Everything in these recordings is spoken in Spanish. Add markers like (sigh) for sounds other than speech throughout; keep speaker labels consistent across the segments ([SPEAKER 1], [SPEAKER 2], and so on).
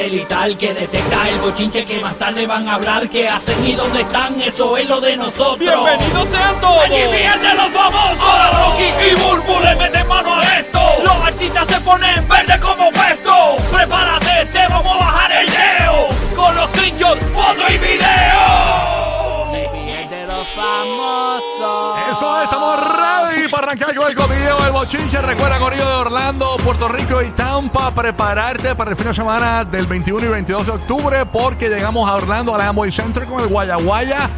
[SPEAKER 1] satelital que detecta el bochinche que más tarde van a hablar que hacen y dónde están, eso es lo de nosotros.
[SPEAKER 2] ¡Bienvenidos sean todos!
[SPEAKER 1] ¡Aquí fíjense los famosos! Ahora Rocky y Burbu le meten mano a esto. Los artistas se ponen verde como puesto. Prepárate, te vamos a bajar el leo. Con los trinchos, foto y video. de los famosos.
[SPEAKER 2] Eso es, estamos ready para arrancar con el cotillo del bochinche. Recuerda, Corillo de Orlando, Puerto Rico y Tampa, prepararte para el fin de semana del 21 y 22 de octubre porque llegamos a Orlando, al Amway Center con el Guayaguaya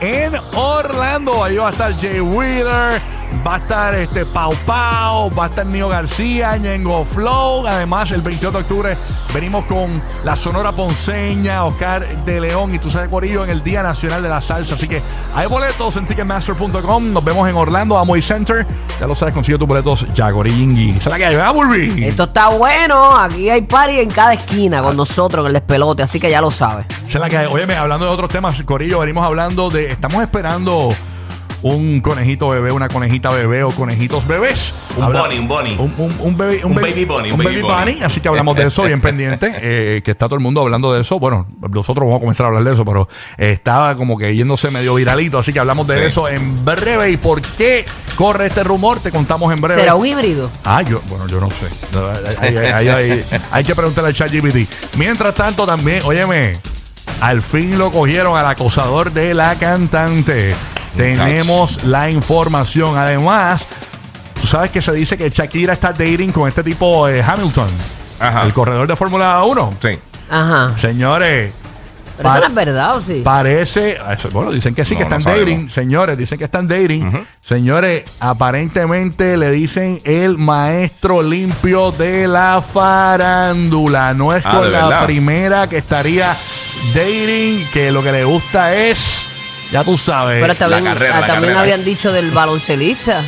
[SPEAKER 2] en Orlando. Ahí va a estar Jay Wheeler, va a estar este Pau Pau, va a estar Nio García, Ñengo Flow. Además, el 28 de octubre venimos con la Sonora Ponceña, Oscar de León y tú sabes Corillo en el Día Nacional de la Salsa. Así que hay boletos en Ticketmaster.com. Nos vemos en Orlando, Amoy Center. Ya lo sabes, consigue tus boletos ya, Corillo. ¿Será que hay? ¿Verdad, Burby?
[SPEAKER 3] Esto está bueno, aquí hay party en cada esquina con nosotros, con el despelote, así que ya lo sabes.
[SPEAKER 2] Se la cae. Óyeme, hablando de otros temas, Corillo, venimos hablando de. Estamos esperando un conejito bebé, una conejita bebé o conejitos bebés.
[SPEAKER 4] Un bunny, un bunny.
[SPEAKER 2] Un, un- un bebé,
[SPEAKER 4] Un baby bunny,
[SPEAKER 2] Un baby bunny. Así que hablamos de eso,
[SPEAKER 4] (laughs)
[SPEAKER 2] bien pendiente. eh, que está todo el mundo hablando de eso. Bueno, nosotros vamos a comenzar a hablar de eso, pero eh, estaba como que yéndose medio viralito. Así que hablamos de
[SPEAKER 4] Sí.
[SPEAKER 2] eso en breve. ¿Y por qué corre este rumor? Te contamos en breve.
[SPEAKER 3] ¿Será un híbrido?
[SPEAKER 2] Ah, yo, bueno, yo no sé. No, Hay, hay- hay- hay- hay que preguntarle al ChatGPT. Mientras tanto, también, óyeme, al fin lo cogieron al acosador de la cantante. Tenemos la información. Además, tú sabes que se dice que Shakira está dating con este tipo eh, Hamilton,
[SPEAKER 4] Ajá.
[SPEAKER 2] el corredor de Fórmula 1.
[SPEAKER 4] Sí.
[SPEAKER 3] Ajá.
[SPEAKER 2] Señores,
[SPEAKER 3] Pero
[SPEAKER 2] Par-
[SPEAKER 3] eso no es verdad, ¿o sí?
[SPEAKER 2] Parece, eso, bueno, dicen que sí,
[SPEAKER 4] No,
[SPEAKER 2] que están
[SPEAKER 4] no
[SPEAKER 2] dating,
[SPEAKER 4] sabemos.
[SPEAKER 2] señores, dicen que están dating. Señores, aparentemente le dicen el maestro limpio de la farándula. No es
[SPEAKER 4] Ah,
[SPEAKER 2] con
[SPEAKER 4] ¿de
[SPEAKER 2] la
[SPEAKER 4] verdad?
[SPEAKER 2] primera que estaría dating, que lo que le gusta es, ya tú sabes,
[SPEAKER 3] Pero también,
[SPEAKER 4] carrera,
[SPEAKER 3] ah,
[SPEAKER 4] la
[SPEAKER 3] también
[SPEAKER 4] carrera.
[SPEAKER 3] habían dicho del baloncelista.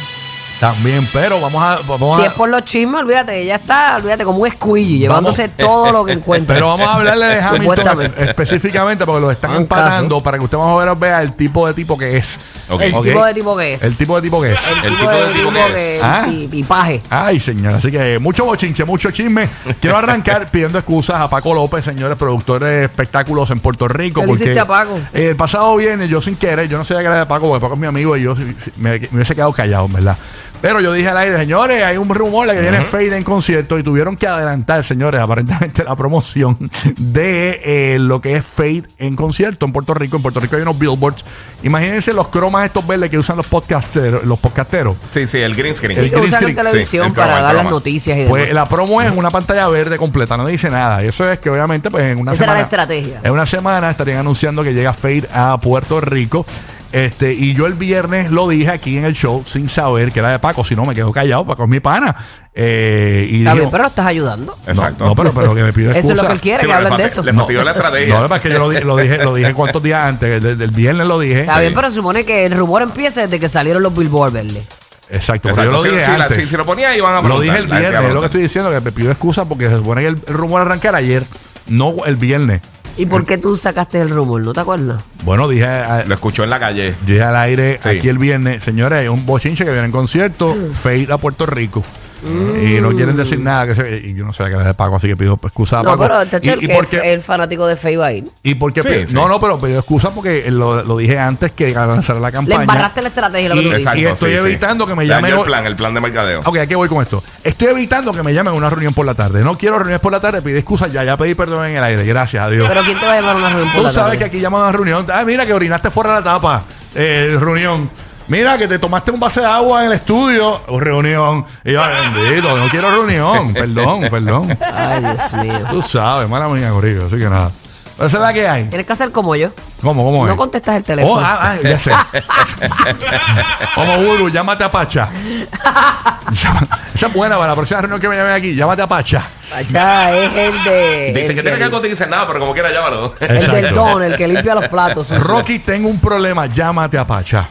[SPEAKER 2] también, pero vamos a... Vamos
[SPEAKER 3] Si
[SPEAKER 2] a-
[SPEAKER 3] es por los chismes, olvídate, ya está, olvídate, como un escuillo, llevándose todo lo que encuentra.
[SPEAKER 2] Pero vamos a hablarle de Hamilton
[SPEAKER 3] Supuestamente.
[SPEAKER 2] específicamente porque lo están
[SPEAKER 3] Un
[SPEAKER 2] empatando para que usted más o menos vea el tipo de tipo que es.
[SPEAKER 4] Ok.
[SPEAKER 3] El
[SPEAKER 2] Ok.
[SPEAKER 3] tipo de tipo que es.
[SPEAKER 2] El tipo de tipo que es.
[SPEAKER 4] El tipo de tipo que
[SPEAKER 2] es.
[SPEAKER 3] es.
[SPEAKER 2] Ah.
[SPEAKER 3] y- Tipaje.
[SPEAKER 2] Ay, señor, así que mucho bochinche, mucho chisme. Quiero
[SPEAKER 3] (laughs)
[SPEAKER 2] arrancar pidiendo excusas a Paco López, señores, productor de espectáculos en Puerto Rico.
[SPEAKER 3] ¿Qué le hiciste a Paco?
[SPEAKER 2] eh, el pasado viernes, yo sin querer, yo no sabía que era de Paco, porque Paco es mi amigo y yo si- si- me, me hubiese quedado callado, en verdad. Pero yo dije al aire, señores, hay un rumor de que viene Fade en concierto y tuvieron que adelantar, señores, aparentemente la promoción de eh, lo que es Fade en concierto en Puerto Rico. En Puerto Rico hay unos billboards. Imagínense los cromas estos verdes que usan los podcasteros, los podcasteros.
[SPEAKER 4] Sí, sí, el green screen.
[SPEAKER 3] Sí, que
[SPEAKER 2] green
[SPEAKER 3] usan en
[SPEAKER 2] screen,
[SPEAKER 3] televisión
[SPEAKER 4] sí, el
[SPEAKER 3] para
[SPEAKER 4] croma,
[SPEAKER 3] dar
[SPEAKER 4] el
[SPEAKER 3] las
[SPEAKER 4] croma.
[SPEAKER 3] noticias y demás.
[SPEAKER 2] Pues la promo es una pantalla verde completa, no dice nada. Y eso es que obviamente, pues en una
[SPEAKER 3] Esa era
[SPEAKER 2] semana.
[SPEAKER 3] la estrategia.
[SPEAKER 2] En una semana estarían anunciando que llega Fade a Puerto Rico. Este, y yo el viernes lo dije aquí en el show sin saber que era de Paco, si no me quedo callado, Paco es mi pana. Eh, y
[SPEAKER 3] Está
[SPEAKER 2] digo-
[SPEAKER 3] bien, pero lo estás ayudando.
[SPEAKER 2] No,
[SPEAKER 4] Exacto.
[SPEAKER 2] No, pero, pero que me pide
[SPEAKER 3] (laughs) Eso es lo
[SPEAKER 2] excusa.
[SPEAKER 3] que él quiere,
[SPEAKER 4] Sí,
[SPEAKER 3] que
[SPEAKER 4] pero le
[SPEAKER 3] hablen
[SPEAKER 4] fati-
[SPEAKER 3] de eso.
[SPEAKER 4] Le fatigó la
[SPEAKER 2] No,
[SPEAKER 4] estrategia.
[SPEAKER 2] es que yo lo, di- lo dije, lo dije cuántos días antes, el, el viernes lo dije.
[SPEAKER 3] Está bien, pero se supone que el rumor empieza desde que salieron los billboards verdes.
[SPEAKER 2] Exacto, pero
[SPEAKER 4] Exacto,
[SPEAKER 2] yo lo
[SPEAKER 4] si-
[SPEAKER 2] dije
[SPEAKER 4] si, la-
[SPEAKER 2] antes.
[SPEAKER 4] si- si lo ponía ahí van a
[SPEAKER 2] Lo
[SPEAKER 4] preguntar,
[SPEAKER 2] dije el
[SPEAKER 4] la gente va a
[SPEAKER 2] viernes, es lo que estoy
[SPEAKER 4] preguntar.
[SPEAKER 2] diciendo, que me pido excusa porque se supone que el rumor arrancara ayer, no el viernes.
[SPEAKER 3] ¿Y por qué tú sacaste el rumor? ¿No te acuerdas?
[SPEAKER 2] Bueno, dije, a-
[SPEAKER 4] Lo escuchó en la calle.
[SPEAKER 2] dije al aire
[SPEAKER 4] Sí.
[SPEAKER 2] aquí el viernes, señores, hay un bochinche que viene en concierto,
[SPEAKER 3] Mm.
[SPEAKER 2] Fade a Puerto Rico. Y no quieren decir nada, que se- y yo no sé qué era de Paco, así que pido excusa a
[SPEAKER 3] No,
[SPEAKER 2] Paco.
[SPEAKER 3] pero tacho,
[SPEAKER 2] Ah, Y-
[SPEAKER 3] el
[SPEAKER 2] y
[SPEAKER 3] que
[SPEAKER 2] por
[SPEAKER 3] es
[SPEAKER 2] qué-
[SPEAKER 3] el fanático de Fe iba a ir.
[SPEAKER 2] ¿Y por qué
[SPEAKER 4] Sí,
[SPEAKER 2] pido-
[SPEAKER 4] sí.
[SPEAKER 2] No, no, pero pido excusa porque lo, lo dije antes que lanzar la
[SPEAKER 3] Le
[SPEAKER 2] campaña.
[SPEAKER 3] embarraste la estrategia, lo que
[SPEAKER 2] Y-
[SPEAKER 3] tú dices.
[SPEAKER 2] y estoy
[SPEAKER 4] sí, sí.
[SPEAKER 2] evitando que me
[SPEAKER 4] Le
[SPEAKER 2] llamen
[SPEAKER 4] dañó
[SPEAKER 2] hoy.
[SPEAKER 4] el plan, el plan de mercadeo.
[SPEAKER 2] Ok, aquí voy con esto. Estoy evitando que me llamen a una reunión por la tarde. No quiero reuniones por la tarde, pide excusa ya, ya pedí perdón en el aire. Gracias a Dios.
[SPEAKER 3] Pero ¿quién te va a llevar a una reunión por
[SPEAKER 2] Tú
[SPEAKER 3] la
[SPEAKER 2] sabes
[SPEAKER 3] tarde?
[SPEAKER 2] que aquí llaman a una reunión. Ah, mira que orinaste fuera de la tapa. Eh, reunión. Mira que te tomaste un vaso de agua en el estudio. Oh, reunión. Y yo, ay, bendito, no quiero reunión. Perdón, perdón.
[SPEAKER 3] Ay, Dios mío.
[SPEAKER 2] Tú sabes, mala mía, Corillo. Así que nada. Pero esa es la que hay.
[SPEAKER 3] Tienes que hacer como yo.
[SPEAKER 2] ¿Cómo, cómo
[SPEAKER 3] No
[SPEAKER 2] es?
[SPEAKER 3] contestas el teléfono.
[SPEAKER 2] Oh, ah, ah, ya sé. Como Buru, llámate a Pacha. Llama- Esa es buena para la próxima reunión que me llamen aquí. Llámate a Pacha.
[SPEAKER 3] Pachá es el de.
[SPEAKER 4] Dicen que
[SPEAKER 3] el
[SPEAKER 4] tiene que
[SPEAKER 3] del-
[SPEAKER 4] cotizar nada, pero como quiera llámalo.
[SPEAKER 3] El del
[SPEAKER 2] Exacto.
[SPEAKER 3] don, el que limpia los platos. sí, sí.
[SPEAKER 2] Rocky, tengo un problema, llámate a Pacha.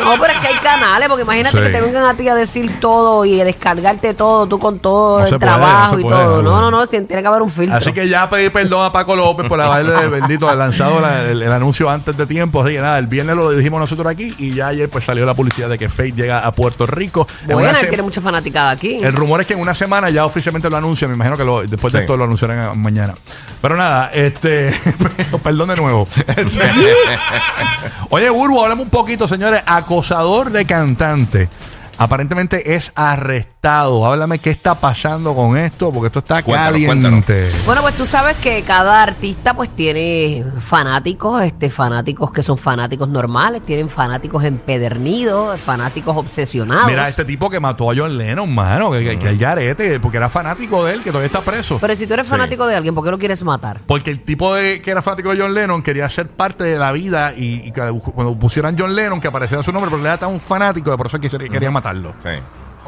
[SPEAKER 3] No, pero es que hay canales, porque imagínate
[SPEAKER 2] Sí.
[SPEAKER 3] que te vengan a ti a decir todo y a descargarte todo, tú con todo
[SPEAKER 2] No se
[SPEAKER 3] el
[SPEAKER 2] puede, no
[SPEAKER 3] trabajo
[SPEAKER 2] se
[SPEAKER 3] y
[SPEAKER 2] puede,
[SPEAKER 3] todo.
[SPEAKER 2] no.
[SPEAKER 3] No, no, no, sí, tiene que haber un filtro.
[SPEAKER 2] Así que ya pedí perdón a Paco López por
[SPEAKER 3] (laughs)
[SPEAKER 2] haberle bendito lanzado la- el, el anuncio antes de tiempo. Así que nada, el viernes lo dijimos nosotros aquí y ya ayer pues salió la publicidad de que Fate llega a Puerto Rico. En
[SPEAKER 3] Bueno,
[SPEAKER 2] una
[SPEAKER 3] él
[SPEAKER 2] se-
[SPEAKER 3] tiene mucha fanaticada aquí.
[SPEAKER 2] el rumor es que en una semana ya oficialmente lo anuncian. Me imagino que lo- después de
[SPEAKER 4] Sí.
[SPEAKER 2] esto lo anunciarán a- mañana. Pero nada, este. (laughs) perdón de nuevo. Este,
[SPEAKER 3] (laughs)
[SPEAKER 2] Oye, Burbu, hablamos un poquito, señores. Acosador de cantante. Aparentemente es arrestado. Háblame qué está pasando con esto, porque esto está
[SPEAKER 4] Cuéntanos,
[SPEAKER 2] caliente.
[SPEAKER 3] Bueno, pues tú sabes que cada artista pues tiene fanáticos, este fanáticos que son fanáticos normales, tienen fanáticos empedernidos, fanáticos obsesionados.
[SPEAKER 2] Mira, este tipo que mató a John Lennon, mano, que, que, que el garete, porque era fanático de él, que todavía está preso.
[SPEAKER 3] Pero si tú eres fanático de alguien, ¿por qué lo quieres matar?
[SPEAKER 2] Porque el tipo de, que era fanático de John Lennon quería ser parte de la vida y, y que cuando pusieran John Lennon, que apareciera su nombre, pero él era tan fanático, de por eso quisiera- quería matarlo.
[SPEAKER 4] Sí.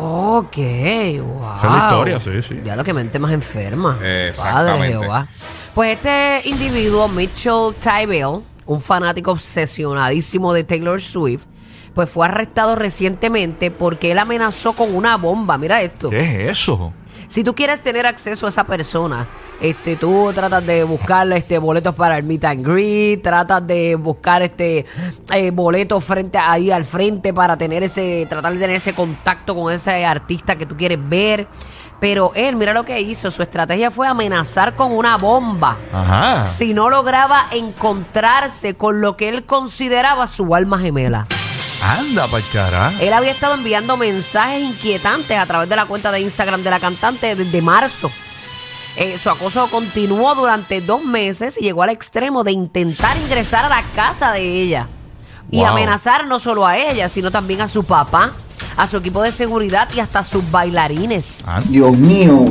[SPEAKER 3] Ok, wow.
[SPEAKER 2] Esa es la historia, sí, sí.
[SPEAKER 3] Ya lo que mente más enferma. Padre
[SPEAKER 4] Exactamente.
[SPEAKER 3] Jehová. Pues este individuo, Mitchell Tybell, un fanático obsesionadísimo de Taylor Swift, pues fue arrestado recientemente porque él amenazó con una bomba. Mira esto.
[SPEAKER 2] ¿Qué es eso?
[SPEAKER 3] Si tú quieres tener acceso a esa persona, este, tú tratas de buscar este, boletos para el meet and greet, tratas de buscar este eh, boletos frente ahí al frente para tener ese, tratar de tener ese contacto con ese artista que tú quieres ver. Pero él, mira lo que hizo, su estrategia fue amenazar con una bomba
[SPEAKER 2] Ajá.
[SPEAKER 3] si no lograba encontrarse con lo que él consideraba su alma gemela.
[SPEAKER 2] Anda, pa' cara.
[SPEAKER 3] Él había estado enviando mensajes inquietantes a través de la cuenta de Instagram de la cantante desde marzo. Eh, su acoso continuó durante dos meses y llegó al extremo de intentar ingresar a la casa de ella y
[SPEAKER 2] Wow.
[SPEAKER 3] amenazar no solo a ella, sino también a su papá, a su equipo de seguridad y hasta a sus bailarines.
[SPEAKER 5] Dios mío,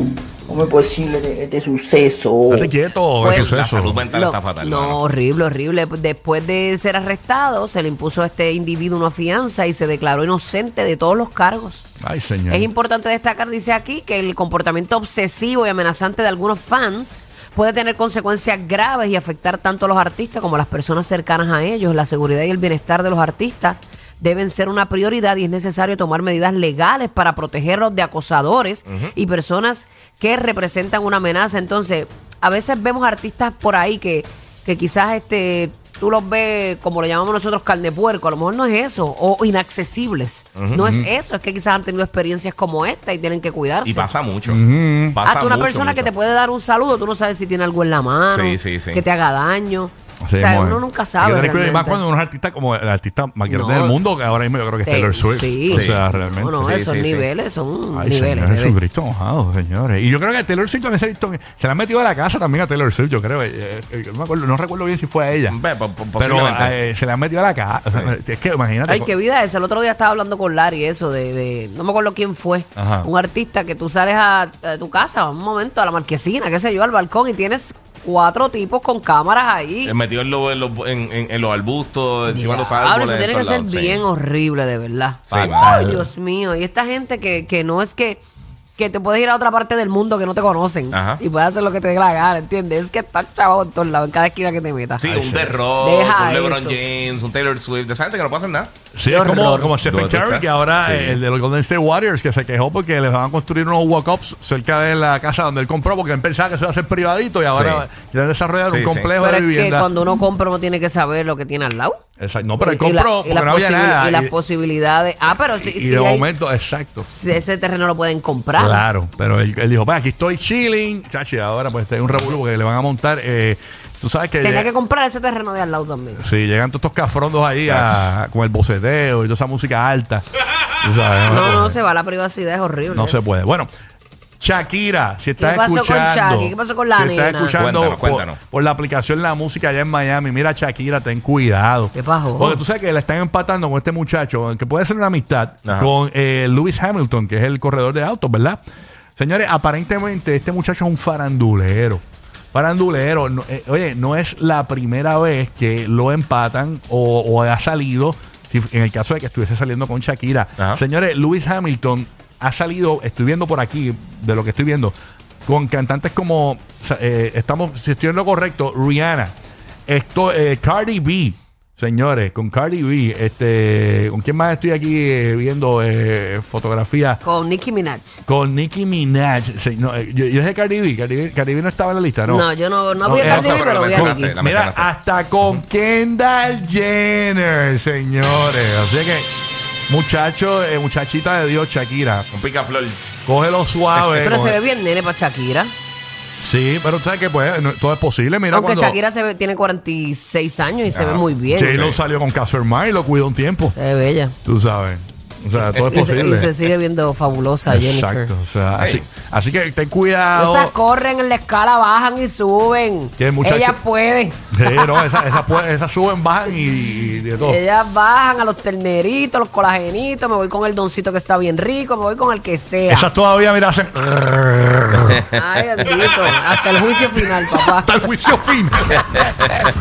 [SPEAKER 5] ¿cómo es posible de- este suceso?
[SPEAKER 2] Estate quieto,
[SPEAKER 3] Pues,
[SPEAKER 2] el
[SPEAKER 4] La salud
[SPEAKER 2] suceso.
[SPEAKER 4] mental
[SPEAKER 3] Lo-
[SPEAKER 4] está fatal.
[SPEAKER 3] No,
[SPEAKER 4] mano.
[SPEAKER 3] horrible, horrible. Después de ser arrestado, se le impuso a este individuo una fianza y se declaró inocente de todos los cargos.
[SPEAKER 2] Ay, señor.
[SPEAKER 3] Es importante destacar, dice aquí, que el comportamiento obsesivo y amenazante de algunos fans puede tener consecuencias graves y afectar tanto a los artistas como a las personas cercanas a ellos. La seguridad y el bienestar de los artistas deben ser una prioridad y es necesario tomar medidas legales para protegerlos de acosadores y personas que representan una amenaza. Entonces, a veces vemos artistas por ahí que, que quizás este tú los ves como lo llamamos nosotros carne de puerco, a lo mejor no es eso, o inaccesibles. No es eso, es que quizás han tenido experiencias como esta y tienen que cuidarse.
[SPEAKER 4] Y pasa mucho.
[SPEAKER 2] Ujú. Ah,
[SPEAKER 4] Pasa
[SPEAKER 3] Hasta una
[SPEAKER 4] mucho,
[SPEAKER 3] persona que
[SPEAKER 4] mucho.
[SPEAKER 3] te puede dar un saludo, tú no sabes si tiene algo en la mano,
[SPEAKER 4] Sí, sí, sí.
[SPEAKER 3] que te haga daño.
[SPEAKER 2] Sí,
[SPEAKER 3] o sea,
[SPEAKER 2] mujer.
[SPEAKER 3] uno nunca
[SPEAKER 2] Hay
[SPEAKER 3] sabe.
[SPEAKER 2] que tener cuidado, y más
[SPEAKER 3] realmente.
[SPEAKER 2] cuando unos artistas como el artista más grande
[SPEAKER 3] No.
[SPEAKER 2] del mundo, que ahora mismo yo creo que es
[SPEAKER 3] Sí,
[SPEAKER 2] Taylor Swift.
[SPEAKER 3] sí.
[SPEAKER 2] O sea, realmente.
[SPEAKER 3] No, no,
[SPEAKER 4] Sí,
[SPEAKER 3] esos
[SPEAKER 4] sí, sí.
[SPEAKER 3] niveles son
[SPEAKER 2] Ay,
[SPEAKER 3] niveles.
[SPEAKER 2] señor
[SPEAKER 3] bebé.
[SPEAKER 2] Jesucristo mojado, señores. Y yo creo que a Taylor Swift también se, ha visto- se la han metido a la casa también a Taylor Swift, yo creo. eh, eh, eh, no, me acuerdo, no recuerdo bien si fue a ella.
[SPEAKER 4] Ve, po- po-
[SPEAKER 2] Pero
[SPEAKER 4] posiblemente.
[SPEAKER 2] eh, se la han metido a la casa. O sea, Es que imagínate.
[SPEAKER 3] Ay, qué vida es. El otro día estaba hablando con Larry eso de, de- no me acuerdo quién fue,
[SPEAKER 2] Ajá.
[SPEAKER 3] un artista que tú sales a, a tu casa, un momento, a la marquesina, qué sé yo, al balcón y tienes cuatro tipos con cámaras ahí.
[SPEAKER 4] Eh, Metido en, los- en los- en- en- en los arbustos, encima de los
[SPEAKER 2] Ah,
[SPEAKER 3] Diablo,
[SPEAKER 4] árboles.
[SPEAKER 3] Ah, eso
[SPEAKER 4] en
[SPEAKER 3] tiene que
[SPEAKER 4] todos
[SPEAKER 3] ser
[SPEAKER 4] lados, sí.
[SPEAKER 3] bien horrible, de verdad.
[SPEAKER 4] Sí,
[SPEAKER 3] Ay,
[SPEAKER 4] fatal.
[SPEAKER 3] Dios mío. Y esta gente que, que no es que, que te puedes ir a otra parte del mundo que no te conocen
[SPEAKER 4] Ajá.
[SPEAKER 3] y puedes hacer lo que te dé la gana, ¿entiendes? Es que está chavo en todos lados, en cada esquina que te metas.
[SPEAKER 4] Sí, un The Rock,
[SPEAKER 3] Deja
[SPEAKER 4] un LeBron
[SPEAKER 3] eso.
[SPEAKER 4] James, un Taylor Swift. De esa gente que no pasa nada.
[SPEAKER 2] Sí,
[SPEAKER 3] Qué
[SPEAKER 2] es como,
[SPEAKER 3] horror.
[SPEAKER 2] como Stephen
[SPEAKER 4] ¿Dónde
[SPEAKER 2] Curry,
[SPEAKER 4] está?
[SPEAKER 2] que ahora
[SPEAKER 4] Sí.
[SPEAKER 2] eh, el de los Golden State Warriors, que se quejó porque les van a construir unos walk-ups cerca de la casa donde él compró, porque él pensaba que eso iba a ser privadito y ahora
[SPEAKER 4] Sí.
[SPEAKER 2] quieren desarrollar
[SPEAKER 4] Sí,
[SPEAKER 2] un
[SPEAKER 4] sí.
[SPEAKER 2] complejo
[SPEAKER 3] Pero
[SPEAKER 2] de
[SPEAKER 3] es que
[SPEAKER 2] vivienda.
[SPEAKER 3] cuando uno compra uno tiene que saber lo que tiene al lado.
[SPEAKER 2] Exacto. No, pero él
[SPEAKER 3] Y- y la-
[SPEAKER 2] compró
[SPEAKER 3] y
[SPEAKER 2] porque
[SPEAKER 3] las
[SPEAKER 2] no había
[SPEAKER 3] posibil-
[SPEAKER 2] nada.
[SPEAKER 3] Y las posibilidades. Ah, pero
[SPEAKER 2] y-
[SPEAKER 3] si,
[SPEAKER 2] y
[SPEAKER 3] si
[SPEAKER 2] de
[SPEAKER 3] hay-
[SPEAKER 2] momento, exacto.
[SPEAKER 3] si ese terreno lo pueden comprar.
[SPEAKER 2] Claro, pero él, él dijo, "Pues, aquí estoy chilling, chachi, ahora pues hay un revuelo porque le van a montar, eh, tú sabes que...
[SPEAKER 3] Tenía
[SPEAKER 2] llega-
[SPEAKER 3] que comprar ese terreno de al lado también.
[SPEAKER 2] Sí, llegan todos estos cafrondos ahí a- con el boceteo y toda esa música alta. Tú sabes,
[SPEAKER 3] No, no,
[SPEAKER 2] puede.
[SPEAKER 3] se va la privacidad, es horrible.
[SPEAKER 2] No se
[SPEAKER 3] eso.
[SPEAKER 2] puede. Bueno, Shakira, si estás
[SPEAKER 3] ¿Qué pasó con
[SPEAKER 2] escuchando.
[SPEAKER 3] Shakira? ¿Qué pasó con la
[SPEAKER 2] si estás
[SPEAKER 3] nena?
[SPEAKER 2] escuchando
[SPEAKER 4] Cuéntanos,
[SPEAKER 2] por-
[SPEAKER 4] cuéntanos.
[SPEAKER 2] Por, la aplicación La Música allá en Miami, mira Shakira, ten cuidado.
[SPEAKER 3] ¿Qué pasó?
[SPEAKER 2] Porque tú sabes que la están empatando con este muchacho, que puede ser una amistad,
[SPEAKER 4] Ajá.
[SPEAKER 2] con eh, Lewis Hamilton, que es el corredor de autos, ¿verdad? Señores, aparentemente este muchacho es un farandulero. Farandulero, no- eh, oye, no es la primera vez que lo empatan o, o ha salido, si- en el caso de que estuviese saliendo con Shakira.
[SPEAKER 4] Ajá.
[SPEAKER 2] Señores, Lewis Hamilton ha salido, estoy viendo por aquí, de lo que estoy viendo, con cantantes como, o sea, eh, estamos, si estoy en lo correcto, Rihanna, esto, eh, Cardi B, señores, con Cardi B, este, ¿con quién más estoy aquí eh, viendo eh, fotografías?
[SPEAKER 3] Con Nicki Minaj.
[SPEAKER 2] Con Nicki Minaj. se- no, eh, yo, yo dije Cardi B, Cardi B, Cardi B no estaba en la lista, ¿no?
[SPEAKER 3] No, yo no, no
[SPEAKER 2] No,
[SPEAKER 3] voy a
[SPEAKER 2] eh,
[SPEAKER 3] Cardi
[SPEAKER 4] no,
[SPEAKER 3] B,
[SPEAKER 4] pero
[SPEAKER 3] pero
[SPEAKER 4] la
[SPEAKER 3] voy a
[SPEAKER 4] mencionaste,
[SPEAKER 3] Nicki.
[SPEAKER 4] la
[SPEAKER 2] Mira,
[SPEAKER 4] mencionaste.
[SPEAKER 2] hasta con Kendall Jenner, señores. Así que, muchacho, eh, muchachita de Dios, Shakira,
[SPEAKER 4] Un picaflor.
[SPEAKER 2] cógelo suave.
[SPEAKER 3] Pero se
[SPEAKER 2] coge-
[SPEAKER 3] ve bien nene para Shakira.
[SPEAKER 2] Sí, pero sabes que pues, no- todo es posible. Mira,
[SPEAKER 3] Aunque
[SPEAKER 2] cuando
[SPEAKER 3] Shakira se ve- tiene 46 años y se ve muy bien.
[SPEAKER 2] J-Lo
[SPEAKER 4] Sí.
[SPEAKER 2] salió con Casper y lo cuidó un tiempo,
[SPEAKER 3] Se ve bella.
[SPEAKER 2] tú sabes. O sea, todo es
[SPEAKER 3] Y se,
[SPEAKER 2] posible.
[SPEAKER 3] y se sigue viendo fabulosa Jennifer.
[SPEAKER 2] Exacto. O sea, así,
[SPEAKER 4] Hey.
[SPEAKER 2] así que ten cuidado.
[SPEAKER 3] Esas corren en la escala, bajan y suben.
[SPEAKER 2] ¿Qué, muchacho?
[SPEAKER 3] Ellas pueden.
[SPEAKER 2] Sí, no, esas esa, puede- esas suben, bajan y, y de
[SPEAKER 4] Oh.
[SPEAKER 2] todo.
[SPEAKER 3] Ellas bajan a los terneritos, los colagenitos, me voy con el doncito que está bien rico, me voy con el que sea.
[SPEAKER 2] Esas todavía, mira, hacen.
[SPEAKER 3] Ay, bendito. Hasta el juicio final,
[SPEAKER 4] (laughs)
[SPEAKER 3] papá.
[SPEAKER 2] Hasta el juicio final. (laughs)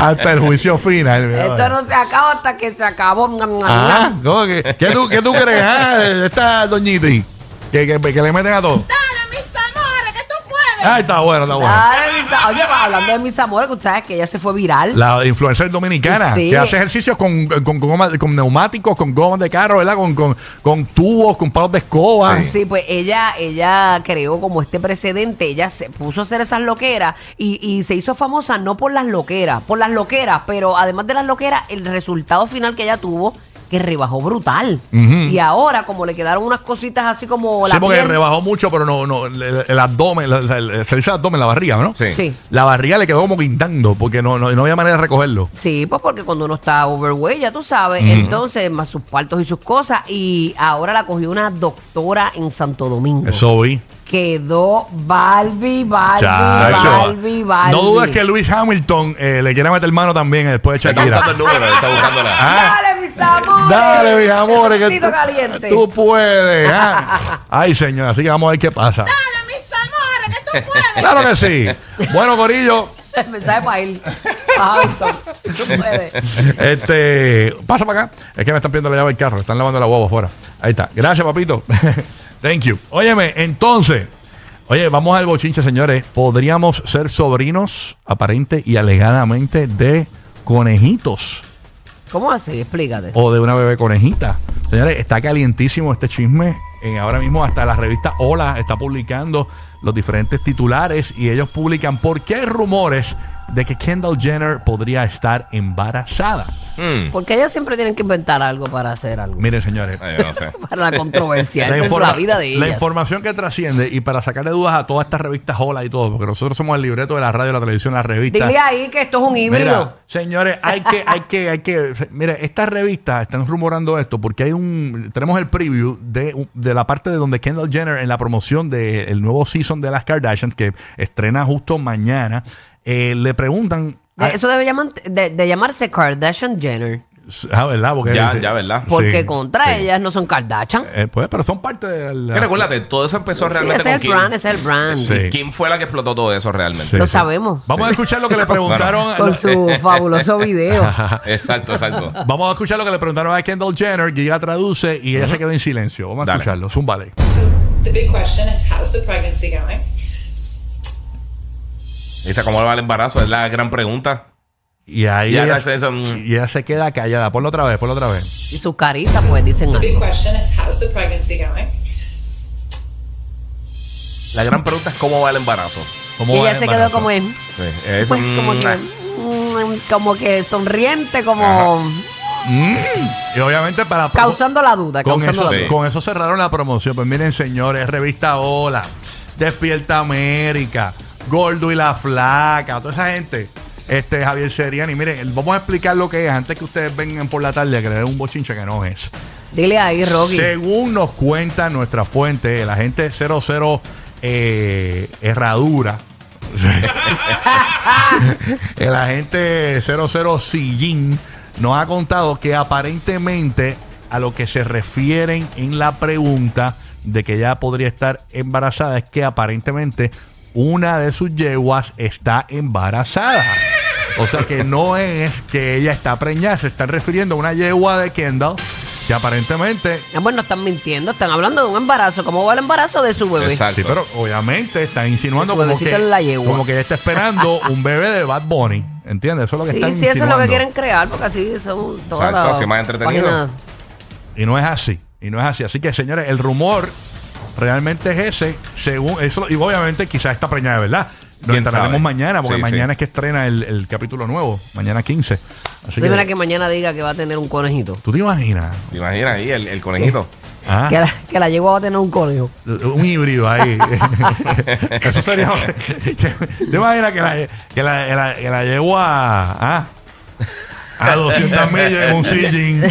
[SPEAKER 2] Hasta el juicio final. mira.
[SPEAKER 3] Esto no se acaba hasta que se acabó.
[SPEAKER 2] Ah, ¿cómo que? ¿Qué tú, qué tú crees? Ah, esta doñita que, que, que le meten a todo.
[SPEAKER 6] Dale, mis amores, que tú puedes.
[SPEAKER 2] Ah, está bueno, está bueno.
[SPEAKER 3] Ay, mis- oye, pues, hablando de mis amores, que ustedes que ella se fue viral.
[SPEAKER 2] La influencer dominicana
[SPEAKER 3] Sí.
[SPEAKER 2] que hace ejercicios con, con, goma- con neumáticos, con gomas de carro, ¿verdad? Con, con, con tubos, con palos de escoba.
[SPEAKER 3] Sí, pues ella, ella creó como este precedente, ella se puso a hacer esas loqueras y, y se hizo famosa no por las loqueras, por las loqueras, pero además de las loqueras, el resultado final que ella tuvo, que rebajó brutal. Y ahora, como le quedaron unas cositas así como la
[SPEAKER 2] Sí, porque
[SPEAKER 3] piel,
[SPEAKER 2] rebajó mucho, pero no, no el, el abdomen, la- la- el- se le hizo el abdomen, la barriga, ¿no?
[SPEAKER 4] Sí.
[SPEAKER 3] Sí.
[SPEAKER 2] La barriga le quedó como guindando, porque no, no, no había manera de recogerlo.
[SPEAKER 3] Sí, pues porque cuando uno está overweight, ya tú sabes, entonces, más sus partos y sus cosas, y ahora la cogió una doctora en Santo Domingo.
[SPEAKER 2] Eso vi.
[SPEAKER 3] Quedó Barbie, Barbie,
[SPEAKER 2] Chacho.
[SPEAKER 3] Barbie, Barbie.
[SPEAKER 2] No dudes que Luis Hamilton eh, le quiera meter mano también eh, después de
[SPEAKER 4] Está buscando el
[SPEAKER 2] Shakira.
[SPEAKER 4] número, está buscando la.
[SPEAKER 2] Ah.
[SPEAKER 3] (laughs) Dale, mis amores.
[SPEAKER 2] Dale, mis amores, que
[SPEAKER 3] Necesito
[SPEAKER 2] tú,
[SPEAKER 3] caliente.
[SPEAKER 2] tú
[SPEAKER 3] (laughs)
[SPEAKER 6] (laughs)
[SPEAKER 2] puedes. ah. Ay, señor, así que vamos a ver qué pasa.
[SPEAKER 6] Dale, mis amores, que tú puedes.
[SPEAKER 2] Claro que sí. Bueno, Corillo,
[SPEAKER 3] El mensaje para él. Para Anton. Tú puedes.
[SPEAKER 2] este, pasa para acá. Es que me están pidiendo la llave del carro, están lavando la huevo afuera. Ahí está. Gracias, papito. (laughs) Thank you. Óyeme, entonces, oye, vamos al bochinche, señores. Podríamos ser sobrinos, aparente y alegadamente, de conejitos.
[SPEAKER 3] ¿Cómo así? Explícate.
[SPEAKER 2] o de una bebé conejita. Señores, está calientísimo este chisme. En ahora mismo hasta la revista Hola está publicando los diferentes titulares y ellos publican por qué hay rumores de que Kendall Jenner podría estar embarazada. Oh.
[SPEAKER 4] Mm.
[SPEAKER 3] Porque ellas siempre tienen que inventar algo para hacer algo.
[SPEAKER 2] Miren, señores.
[SPEAKER 4] Ay, yo no
[SPEAKER 2] (laughs)
[SPEAKER 4] sé.
[SPEAKER 3] Para la controversia. Esa es
[SPEAKER 2] informa-
[SPEAKER 3] la vida de ellas.
[SPEAKER 2] la información que trasciende y para sacarle dudas a todas estas revistas Hola y todo, porque nosotros somos el libreto de la radio, la televisión, la revista.
[SPEAKER 3] Dile ahí que esto es un híbrido.
[SPEAKER 2] Mira, señores, hay que, hay que, hay que. Mire, estas revistas están rumorando esto porque hay un. Tenemos el preview de, de la parte de donde Kendall Jenner en la promoción del nuevo season de las Kardashians, que estrena justo mañana, eh, le preguntan.
[SPEAKER 3] De- Eso debe llaman- de, de llamarse Kardashian Jenner.
[SPEAKER 2] Ah, ¿verdad? Porque-
[SPEAKER 4] Ya, ya, ¿verdad?
[SPEAKER 3] Porque
[SPEAKER 2] Sí,
[SPEAKER 3] contra
[SPEAKER 2] sí.
[SPEAKER 3] ellas no
[SPEAKER 2] (laughs)
[SPEAKER 3] son Kardashian.
[SPEAKER 2] Eh, pues, pero son parte de la.
[SPEAKER 4] Que recuérdate, todo eso empezó
[SPEAKER 3] Sí,
[SPEAKER 4] realmente
[SPEAKER 3] ese es el
[SPEAKER 4] con Kim.
[SPEAKER 3] brand, ese es el brand.
[SPEAKER 2] Sí.
[SPEAKER 4] ¿Quién fue la que explotó todo eso realmente?
[SPEAKER 3] Lo sabemos.
[SPEAKER 2] Vamos a escuchar lo que le preguntaron. a-
[SPEAKER 3] Con su fabuloso video.
[SPEAKER 4] Exacto, exacto.
[SPEAKER 2] Vamos a escuchar lo que le preguntaron a Kendall Jenner, que ella traduce y ella se quedó en silencio. Vamos a
[SPEAKER 4] Dale.
[SPEAKER 2] escucharlo. Zúmbale.
[SPEAKER 7] So the big question is, how's the pregnancy going?
[SPEAKER 4] Dice, ¿cómo va el embarazo? Es la gran pregunta.
[SPEAKER 2] Y ahí
[SPEAKER 4] Ya,
[SPEAKER 2] ella,
[SPEAKER 4] eso- eso, mm.
[SPEAKER 2] y ella se queda callada. Ponlo otra vez, ponlo otra vez.
[SPEAKER 3] Y su carita, pues, dicen
[SPEAKER 7] The big
[SPEAKER 3] algo.
[SPEAKER 7] question is, how's the pregnancy going?
[SPEAKER 4] La gran pregunta es cómo va el embarazo.
[SPEAKER 2] ¿Cómo
[SPEAKER 3] Y
[SPEAKER 2] va
[SPEAKER 3] ella
[SPEAKER 2] el
[SPEAKER 3] se quedó
[SPEAKER 2] embarazo?
[SPEAKER 3] como en...
[SPEAKER 4] Sí, eso,
[SPEAKER 3] Pues como
[SPEAKER 4] mm,
[SPEAKER 3] que, mm, como que sonriente, como
[SPEAKER 2] Y obviamente para promo-
[SPEAKER 3] causando la duda,
[SPEAKER 2] con
[SPEAKER 3] causando
[SPEAKER 2] eso,
[SPEAKER 3] la
[SPEAKER 4] sí.
[SPEAKER 3] duda.
[SPEAKER 2] con eso cerraron la promoción. Pues miren, señores, revista Hola, Despierta América, Gordo y la Flaca, toda esa gente. Este Javier Seriani, miren, vamos a explicar lo que es antes que ustedes vengan por la tarde a creer un bochinche que no es.
[SPEAKER 3] Dile ahí, Rocky.
[SPEAKER 2] Según nos cuenta nuestra fuente, la gente 00 eh, Herradura. el agente 00 Sillín nos ha contado que aparentemente a lo que se refieren en la pregunta de que ya podría estar embarazada es que aparentemente una de sus yeguas está embarazada. O sea que no es que ella está preñada, se están refiriendo a una yegua de Kendall que aparentemente
[SPEAKER 3] Ah, Bueno, están mintiendo, están hablando de un embarazo. ¿Cómo va el embarazo de su bebé?
[SPEAKER 4] Exacto.
[SPEAKER 2] Sí, pero obviamente están insinuando
[SPEAKER 3] Su
[SPEAKER 2] como
[SPEAKER 3] bebecito
[SPEAKER 2] que,
[SPEAKER 3] en la yegua.
[SPEAKER 2] como que ella está
[SPEAKER 3] (laughs)
[SPEAKER 2] esperando un bebé de Bad Bunny. ¿Entiendes? Eso es lo que
[SPEAKER 3] Sí,
[SPEAKER 2] están
[SPEAKER 3] sí, eso es lo
[SPEAKER 2] insinuando.
[SPEAKER 3] que quieren crear, porque así son todas
[SPEAKER 4] Exacto,
[SPEAKER 3] las
[SPEAKER 4] así más entretenido.
[SPEAKER 3] páginas.
[SPEAKER 2] Y no es así. Y no es así. Así que, señores, el rumor realmente es ese. Según eso, y obviamente quizás está preñada, de ¿verdad? Lo
[SPEAKER 4] ¿Quién
[SPEAKER 2] entraremos
[SPEAKER 4] sabe?
[SPEAKER 2] mañana, porque
[SPEAKER 4] Sí,
[SPEAKER 2] mañana
[SPEAKER 4] sí.
[SPEAKER 2] es que estrena el, el capítulo nuevo, mañana 15. Así
[SPEAKER 3] Dímela
[SPEAKER 2] que,
[SPEAKER 3] que mañana diga que va a tener un conejito.
[SPEAKER 2] ¿tú te imaginas?
[SPEAKER 4] ¿Te imaginas ahí el, el conejito?
[SPEAKER 2] Ah,
[SPEAKER 3] Que, la, que la yegua va a tener
[SPEAKER 2] (laughs)
[SPEAKER 3] un conejo.
[SPEAKER 2] un híbrido (laughs) ahí. eso sería. que- ¿Te imaginas que la, que la, que la, que la llevó a. ah, a 200 millas en un sillín.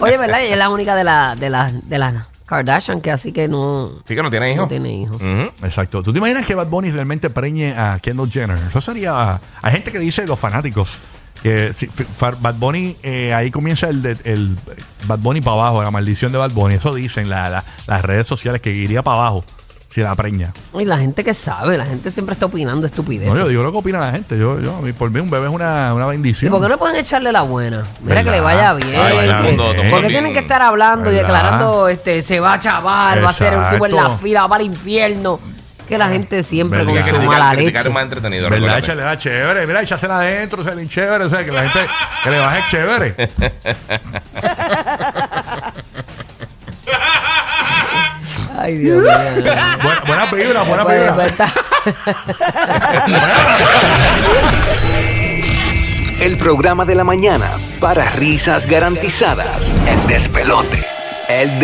[SPEAKER 3] Oye, ¿verdad? Ella es la única de las de las de las Kardashian que así que no,
[SPEAKER 4] Sí que no tiene hijos.
[SPEAKER 3] no tiene hijos.
[SPEAKER 4] Ujú.
[SPEAKER 2] Exacto. ¿Tú te imaginas que Bad Bunny realmente preñe a Kendall Jenner? Eso sería. Hay gente que dice los fanáticos. Que si- fi- far- Bad Bunny, eh, ahí comienza el, de- el Bad Bunny para abajo, la maldición de Bad Bunny. Eso dicen la- la- las redes sociales que iría para abajo si la preña.
[SPEAKER 3] Y la gente que sabe, la gente siempre está opinando estupidez.
[SPEAKER 2] No, yo digo lo que opina la gente. Yo, yo, a mí, por mí, un bebé es una, una
[SPEAKER 3] ¿Y
[SPEAKER 2] bendición.
[SPEAKER 3] por qué no pueden echarle la buena? Mira
[SPEAKER 2] ¿Verdad?
[SPEAKER 3] que le vaya bien.
[SPEAKER 4] Ay,
[SPEAKER 2] vaya
[SPEAKER 3] que-
[SPEAKER 2] bien. Todo el mundo
[SPEAKER 3] porque
[SPEAKER 4] bien.
[SPEAKER 3] tienen que estar hablando y
[SPEAKER 2] ¿Verdad?
[SPEAKER 3] declarando, este, se va a chavar, va a ser un tipo en la
[SPEAKER 2] Exacto.
[SPEAKER 3] fila, va al infierno. Que la gente siempre
[SPEAKER 2] ¿Verdad?
[SPEAKER 4] Que
[SPEAKER 3] con su
[SPEAKER 4] criticar-
[SPEAKER 3] mala
[SPEAKER 4] criticar
[SPEAKER 3] leche.
[SPEAKER 4] es más entretenido.
[SPEAKER 2] ¿Verdad?
[SPEAKER 4] recuérdate.
[SPEAKER 2] Échale la chévere. Mira, échasela adentro, se le chévere. O sea, que la gente que le baje chévere.
[SPEAKER 3] Ay, Dios mío.
[SPEAKER 2] Buena, buena vibra, buena
[SPEAKER 3] Pues,
[SPEAKER 2] vibra.
[SPEAKER 3] pues, está-
[SPEAKER 8] El programa de la mañana para risas garantizadas. El despelote. El